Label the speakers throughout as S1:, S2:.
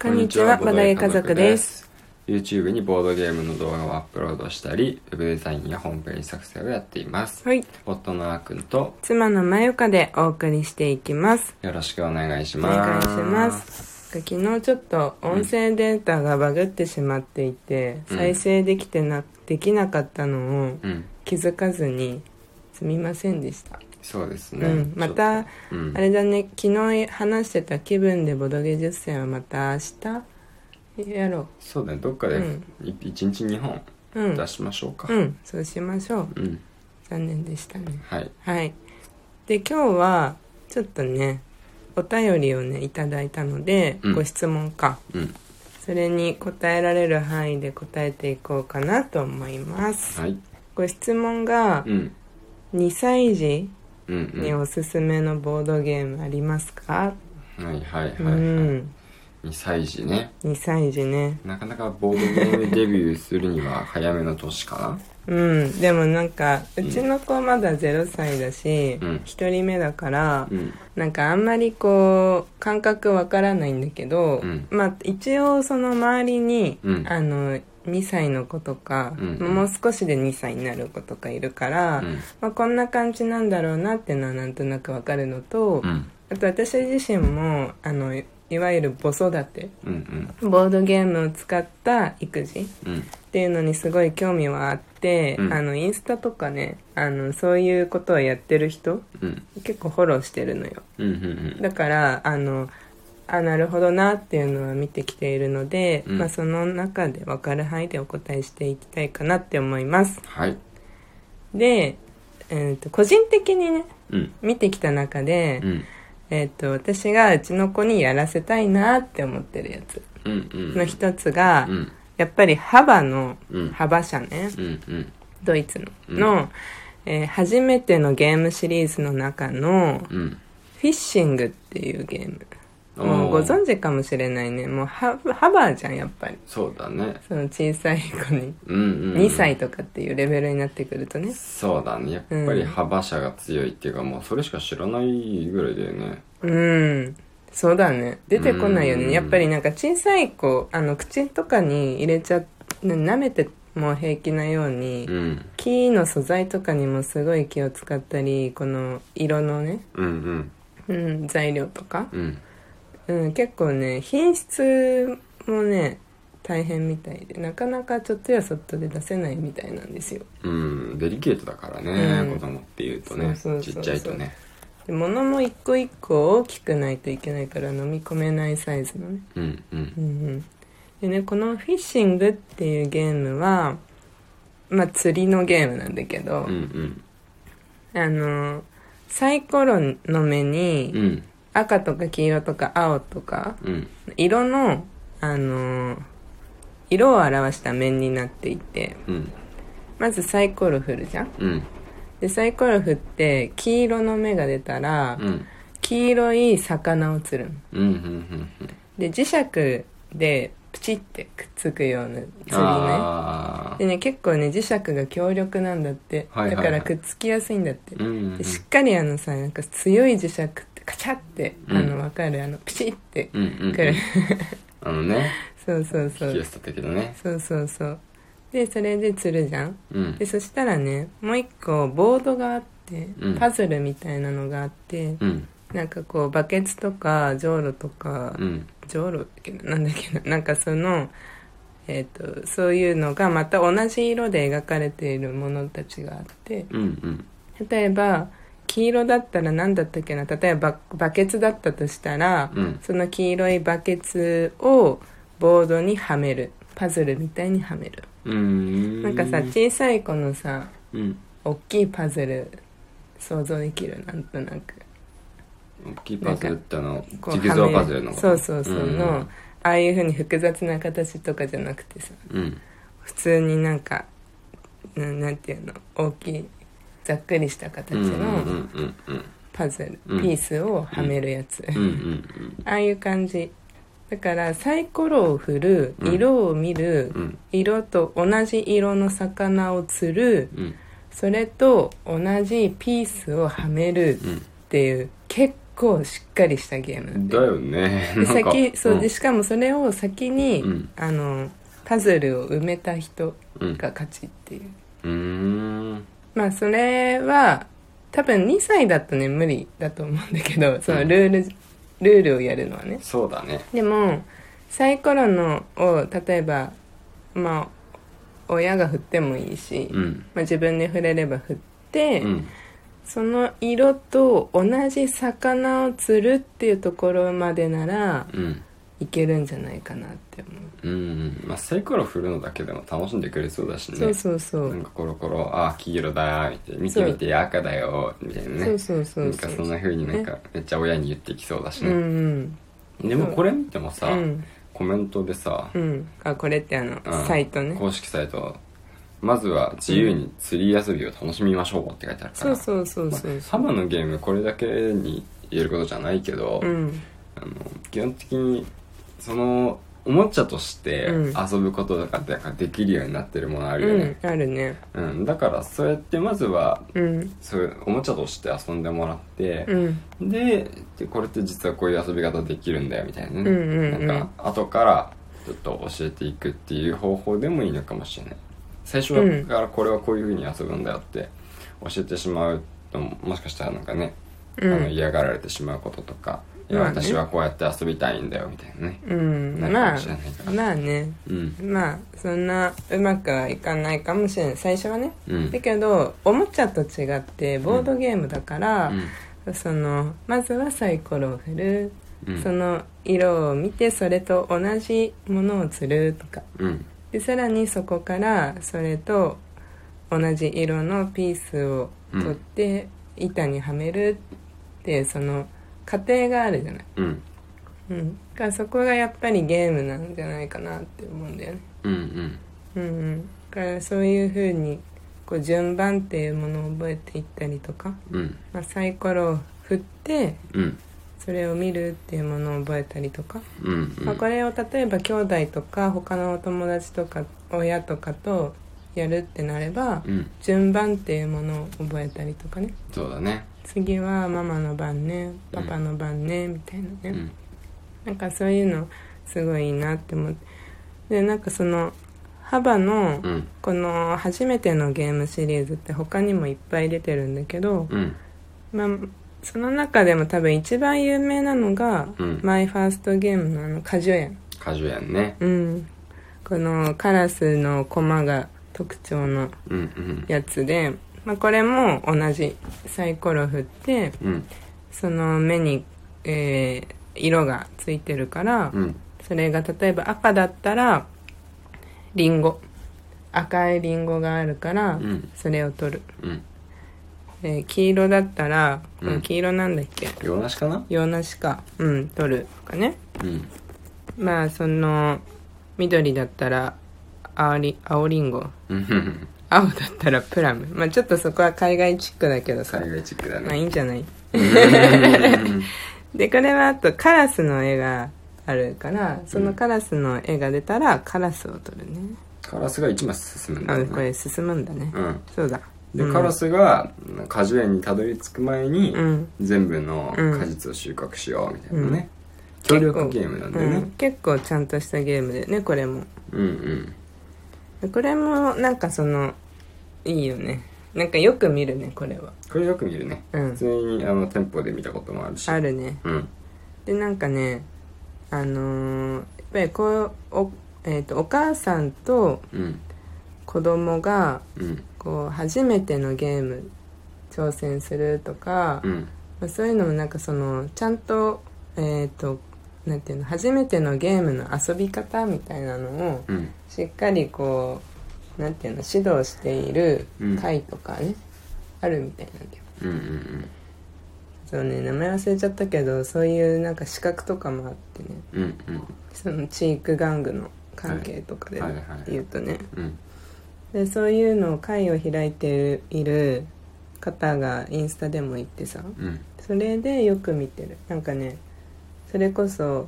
S1: こんにちは、ボドゲ家族です。。
S2: YouTube にボードゲームの動画をアップロードしたり、ウェブデザインやホームページ作成をやっています。
S1: はい。
S2: 夫のあーくんと
S1: 妻のまゆかでお送りしていきます。
S2: よろしくお願いし
S1: お
S2: ます。
S1: 願いします。昨日ちょっと音声データがバグってしまっていて、
S2: うん
S1: 再生できてな、できなかったのを
S2: うん、
S1: 気づかずに、すみませんでした。
S2: そうですね。
S1: うんまた
S2: ちょっと、うん
S1: あれだね、昨日話してた気分でボドゲ10選はまた明日やろ
S2: そうだね、どっかで
S1: うん
S2: い一日2本
S1: う。うん。
S2: 出しましょうか。
S1: うん、そうしましょう。
S2: うん、
S1: 残念でしたね。
S2: はい。
S1: はい。で、今日は、ちょっとね、お便りをね、いただいたので、
S2: うん
S1: ご質問か。
S2: うん、
S1: それに答えられる範囲で答えていこうかなと思います。
S2: はい。
S1: ご質問が
S2: う、ん、
S1: 2歳児
S2: うん、うん。
S1: におすすめのボードゲームありますか、
S2: はいはいはい、はい。
S1: うん。
S2: 2歳児ね。
S1: 2歳児ね。
S2: なかなかボードゲームデビューするには早めの年か
S1: うん。でもなんか、うちの子まだ0歳だし、
S2: うん
S1: 1人目だから
S2: な。、うん、
S1: なんかあんまりこう感覚わからないんだけど、
S2: うん
S1: まあ一応その周りに、
S2: うん
S1: あの2歳の子とか、
S2: うんうん
S1: もう少しで2歳になる子とかいるから、
S2: うん、
S1: まあ、こんな感じなんだろうなっていうのはなんとなくわかるのと、
S2: うん、
S1: あと私自身もあのいいわゆる母育て
S2: うん、うん、
S1: ボードゲームを使った育児っ
S2: うん。
S1: ていうのにすごい興味はあって、
S2: うん
S1: あのインスタとかねあのそういうことをやってる人
S2: うん
S1: 結構フォローしてるのよ。
S2: うんうん
S1: だからあのあなるほどなっていうのは見てきているので、
S2: うん
S1: まあ、その中で分かる範囲でお答えしていきたいかなって思います
S2: はい
S1: で、えー、と個人的にね
S2: うん
S1: 見てきた中で、
S2: うん
S1: えー、と私がうちの子にやらせたいなって思ってるやつ
S2: うんうん
S1: の一つが、
S2: うん
S1: やっぱり幅の
S2: うん
S1: 幅社ね
S2: うんうん
S1: ドイツの、
S2: うん
S1: の、えー初めてのゲームシリーズの中の
S2: うん
S1: フィッシングっていうゲーム
S2: おー
S1: もうご存知かもしれないねもうハハバーじゃんやっぱり
S2: そうだね
S1: その小さい子に
S2: うんうん
S1: 2歳とかっていうレベルになってくるとね
S2: そうだねやっぱり幅者が強いっていうかもうそれしか知らないぐらいだよね
S1: うんそうだね出てこないよ
S2: うん
S1: ねやっぱりなんか小さい子あの口とかに入れちゃっ舐めても平気なように、
S2: うん
S1: 木の素材とかにもすごい気を使ったりこの色のね、
S2: うんうん
S1: うん、材料とか、
S2: うん
S1: うん、結構ね品質もね大変みたいでなかなかちょっとやそっとで出せないみたいなんですよ
S2: うんデリケートだからね、
S1: うん
S2: 子供っていうとね
S1: そうそうそうそう
S2: ちっちゃいとね
S1: で物も一個一個大きくないといけないから飲み込めないサイズのね
S2: うんう
S1: う
S2: ん
S1: んうんでねこのフィッシングっていうゲームはまあ釣りのゲームなんだけど、
S2: うん
S1: あのサイコロの目
S2: うんう
S1: に
S2: ん
S1: 赤とか黄色とか青とか
S2: うん
S1: 色のあの色を表した面になっていて
S2: うん
S1: まずサイコロ振るじゃん
S2: うん
S1: でサイコロ振って黄色の目が出たら、
S2: うん
S1: 黄色い魚を釣る
S2: うんうんうんうん
S1: で磁石でプチってくっつくような釣りね
S2: あ
S1: でね結構ね磁石が強力なんだって、
S2: はいはいはい
S1: だからくっつきやすいんだって、
S2: ーうん
S1: でしっかりあのさなんか強い磁石ってカチャって、
S2: うん
S1: あの分かるあのプチって
S2: うんうんうん
S1: くる
S2: あのね
S1: そうそうそ
S2: 引き寄
S1: う
S2: せた時のね
S1: そうそうそうでそれで釣るじゃん
S2: うん
S1: でそしたらねもう一個ボードがあって
S2: うん
S1: パズルみたいなのがあって、
S2: うん
S1: なんかこうバケツとかじょうろとか、
S2: うん
S1: じょうろだっけななんだっけななんかその、えー、とそういうのがまた同じ色で描かれているものたちがあって
S2: うんうん
S1: 例えば黄色だったら何だったっけな例えばババケツだったとしたら、
S2: うん
S1: その黄色いバケツをボードにはめるパズルみたいにはめる、
S2: うん
S1: なんかさ小さい子のさ
S2: うん
S1: 大きいパズル想像できるなんとなく
S2: 大きいパズルってあの
S1: こう
S2: ジグゾーパズルのこと
S1: そうそうそう
S2: うん
S1: の、ああいうふうに複雑な形とかじゃなくてさ
S2: うん
S1: 普通になんかななんていうの大きいざっくりした形
S2: うんうん
S1: の
S2: うんうんうん
S1: パズル、
S2: うん
S1: ピースをはめるやつ、
S2: うん
S1: ああいう感じだからサイコロを振る色を見る、
S2: うん
S1: 色と同じ色の魚を釣る
S2: うん
S1: それと同じピースをはめる
S2: うん
S1: っていう結構しっかりしたゲーム
S2: だよね
S1: で
S2: なんか
S1: 先そうで
S2: ん
S1: しかもそれを先に、
S2: うん
S1: あのパズルを埋めた人
S2: うん
S1: が勝ちっていう、
S2: うーん
S1: まあそれは多分2歳だとね無理だと思うんだけどそのルール、ルールをやるのはね
S2: そうだね
S1: でもサイコロのを例えばまあ親が振ってもいいし、
S2: うん
S1: まあ、自分で振れれば振って、
S2: うん
S1: その色と同じ魚を釣るっていうところまでなら
S2: うん
S1: いけるんじゃないかなって思う、
S2: うんまあサイコロ振るのだけでも楽しんでくれそうだしね
S1: そうそうそ
S2: なん
S1: う
S2: かコロコロあ黄色だーみたいな見
S1: そ
S2: て
S1: う
S2: 見て赤だよーみたいなね
S1: そうそうそう
S2: なんかそんな風になんかめっちゃ親に言ってきそうだし
S1: う
S2: ね、
S1: ん
S2: でもこれ見ても
S1: う
S2: さ、
S1: ん
S2: コメントでさ、
S1: うんうんあこれってあの、
S2: うん
S1: サイトね
S2: 公式サイトまずは自由に釣り遊びを楽しみましょうって書いてあるか
S1: そ
S2: ら
S1: うそうそうそ
S2: ま
S1: う
S2: あサ
S1: そう、
S2: マのゲームこれだけに言えることじゃないけど、
S1: うん
S2: あの基本的にそのおもちゃとして
S1: うん
S2: 遊ぶこととかってなんかできるようになってるものあるよ
S1: うん
S2: ね、
S1: あるね
S2: うんだからそうやってまずは
S1: うん
S2: そういうおもちゃとして遊んでもらって、
S1: うん
S2: ででこれって実はこういう遊び方できるんだよみたいなね、
S1: うんうんうん
S2: なんか後からちょっと教えていくっていう方法でもいいのかもしれない最初
S1: うん
S2: からこれはこういう風に遊ぶんだよって教えてしまうともしかしたらなんかね、
S1: うん
S2: あの嫌がられてしまうこととか、いや
S1: まあね
S2: 私はこうやって遊びたいんだよみたいなね
S1: うん
S2: なんか
S1: ま
S2: も
S1: あ
S2: しれないから
S1: まあね
S2: うん
S1: まあそんなうまくはいかないかもしれない最初はね
S2: うん
S1: だけどおもちゃと違ってボードゲームだから、そのまずはサイコロを振る、
S2: うんうん
S1: その色を見てそれと同じものを釣るとか
S2: うん
S1: でさらにそこからそれと同じ色のピースを取って板にはめるって、その過程があるじゃない、
S2: うん
S1: うん、だからそこがやっぱりゲームなんじゃないかなって思うんだよね
S2: うんうん
S1: うんうん、だからそういうふうにこう順番っていうものを覚えていったりとか、
S2: うん
S1: まあ、サイコロを振って
S2: うん
S1: それを見るっていうものを覚えたりとか、
S2: うん
S1: まあ、これを例えば兄弟とか他のお友達とか親とかとやるってなれば
S2: うん
S1: 順番っていうものを覚えたりとかね
S2: そうだね
S1: 次はママの番ねパパの番ねみたいなね、
S2: うん
S1: なんかそういうのすごいいいなって思ってでなんかその幅の、
S2: うん
S1: この初めてのゲームシリーズって他にもいっぱい出てるんだけど、
S2: うん
S1: まあ、その中でも多分一番有名なのが、
S2: うん
S1: マイファーストゲームのあの果樹園。
S2: 果樹園ね
S1: うん。このカラスの駒が特徴の
S2: うんうん
S1: やつで、まあ、これも同じサイコロ振って、
S2: うん
S1: その目に、えー色がついてるから、
S2: うん
S1: それが例えば赤だったら、リンゴ。赤いリンゴがあるから、
S2: うん
S1: それを取る、
S2: うん
S1: えー黄色だったらこ
S2: うん
S1: の黄色なんだっけ、
S2: 洋梨かな
S1: 洋梨かうん取るとかね
S2: うん
S1: まあその緑だったら青り青りんご
S2: うん
S1: 青だったらプラムまあちょっとそこは海外チックだけどさ
S2: 海外チックだ
S1: まあい
S2: ね
S1: いんじゃない
S2: うん
S1: でこれはあとカラスの絵があるからそのカラスの絵が出たらカラスを取るね、
S2: カラスが一枚進むんだ
S1: あ
S2: よね
S1: これ進むんだね、
S2: うん
S1: そうだう
S2: で
S1: ん
S2: カラスが果樹園にたどり着く前に
S1: うん
S2: 全部の
S1: うん
S2: 果実を収穫しようみたいなね協力ゲームなんだよ
S1: う
S2: ね
S1: ん、結構ちゃんとしたゲームだよねこれも
S2: うんうん
S1: これもなんかそのいいよねなんかよく見るねこれは
S2: これよく見るね
S1: うん
S2: 普通にあの店舗で見たこともあるし
S1: あるね
S2: うん
S1: でなんかねあのーやっぱりこうお,、えー、とお母さんと
S2: うん
S1: 子供が
S2: うん
S1: こう初めてのゲーム挑戦するとか、
S2: うん
S1: まあ、そういうのもなんかそのちゃんとえっ、となんていうの初めてのゲームの遊び方みたいなのを
S2: うん
S1: しっかりこうなんていうの指導している会とかね、あるみたいなんだよ
S2: うんうん
S1: そうね名前忘れちゃったけどそういうなんか資格とかもあってね
S2: うんうんうん
S1: そのチーク玩具の関係とかで
S2: はいはいはい
S1: 言うとね
S2: うん
S1: でそういうのを会を開いている方がインスタでも行ってさ
S2: うん
S1: それでよく見てるなんかねそれこそ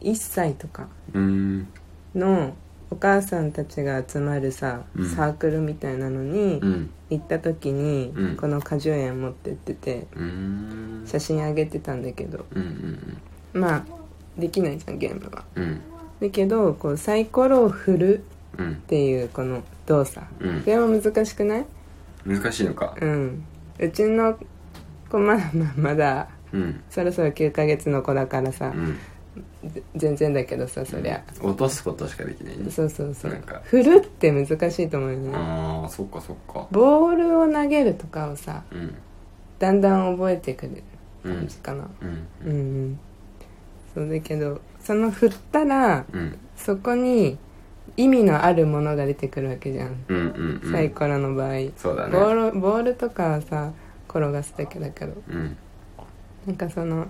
S1: 1歳とか
S2: うん
S1: のお母さんたちが集まるさ、
S2: うん
S1: サークルみたいなのに
S2: うん
S1: 行った時に、
S2: うん
S1: この果樹園持ってってて
S2: うーん
S1: 写真あげてたんだけど
S2: うんうん
S1: まあできないじゃんゲームは
S2: うん
S1: だけどこうサイコロを振る
S2: うん
S1: っていうこの動作
S2: うん
S1: これも難しくない
S2: うん難しいのか
S1: うんうちの子まだまあまだ
S2: うん
S1: そろそろ9ヶ月の子だからさ
S2: う、ん
S1: ぜ全然だけどさそりゃ、
S2: 落とすことしかできないね
S1: そうそうそう
S2: なんか
S1: 振るって難しいと思うよね
S2: ああそっかそっか
S1: ボールを投げるとかをさ
S2: うん
S1: だんだん覚えてくる
S2: うん
S1: 感じかな
S2: うん
S1: うん、うん、そうだけどその振ったら
S2: うん
S1: そこに意味のあるものが出てくるわけじゃん、
S2: うんうんうん
S1: サイコロの場合、
S2: そうだ
S1: ボ
S2: ね
S1: ールボールとかはさ転がすだけだけど
S2: うん
S1: なんかその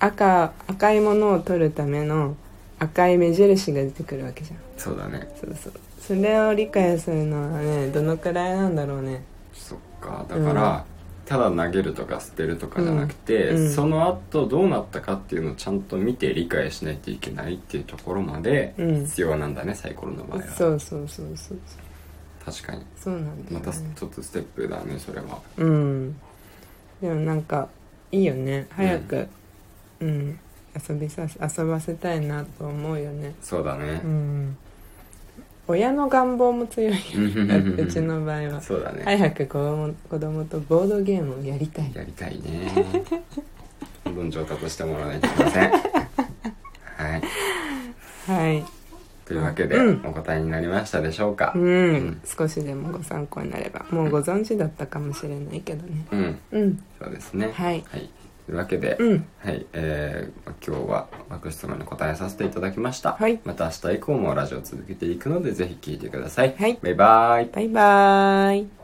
S1: 赤赤いものを取るための赤い目印が出てくるわけじゃん
S2: そうだね
S1: そうそうそれを理解するのはねどのくらいなんだろうね
S2: そっかだから、ただ投げるとか捨てるとかじゃなくて、
S1: うんうん
S2: その後どうなったかっていうのをちゃんと見て理解しないといけないっていうところまで
S1: うん
S2: 必要なんだね、サイコロの場合は
S1: そうそうそうそう
S2: 確かに
S1: そうなんだ
S2: ま
S1: よ、ね、
S2: たちょっとステップだねそれは
S1: うんでもなんかいいよね早くうん、遊びさせ遊ばせたいなと思うよね
S2: そうだね
S1: うん親の願望も強いよ ねうちの場合は
S2: そうだね、
S1: 早く子供子供とボードゲームをやりたい
S2: やりたいねどんどん上達してもらわないといけませんはい
S1: はい
S2: というわけで、
S1: うん
S2: お答えになりましたでしょうか
S1: うん、
S2: ん
S1: 少しでもご参考になればもうご存知だったかもしれないけどね
S2: うん、
S1: うん
S2: そうですね
S1: はい
S2: というわけで、
S1: うん
S2: はい、えー、今日は枠質問に答えさせていただきました。
S1: はい
S2: また明日以降もラジオを続けていくので、ぜひ聞いてください。
S1: はい
S2: バイバイ。
S1: バイバーイ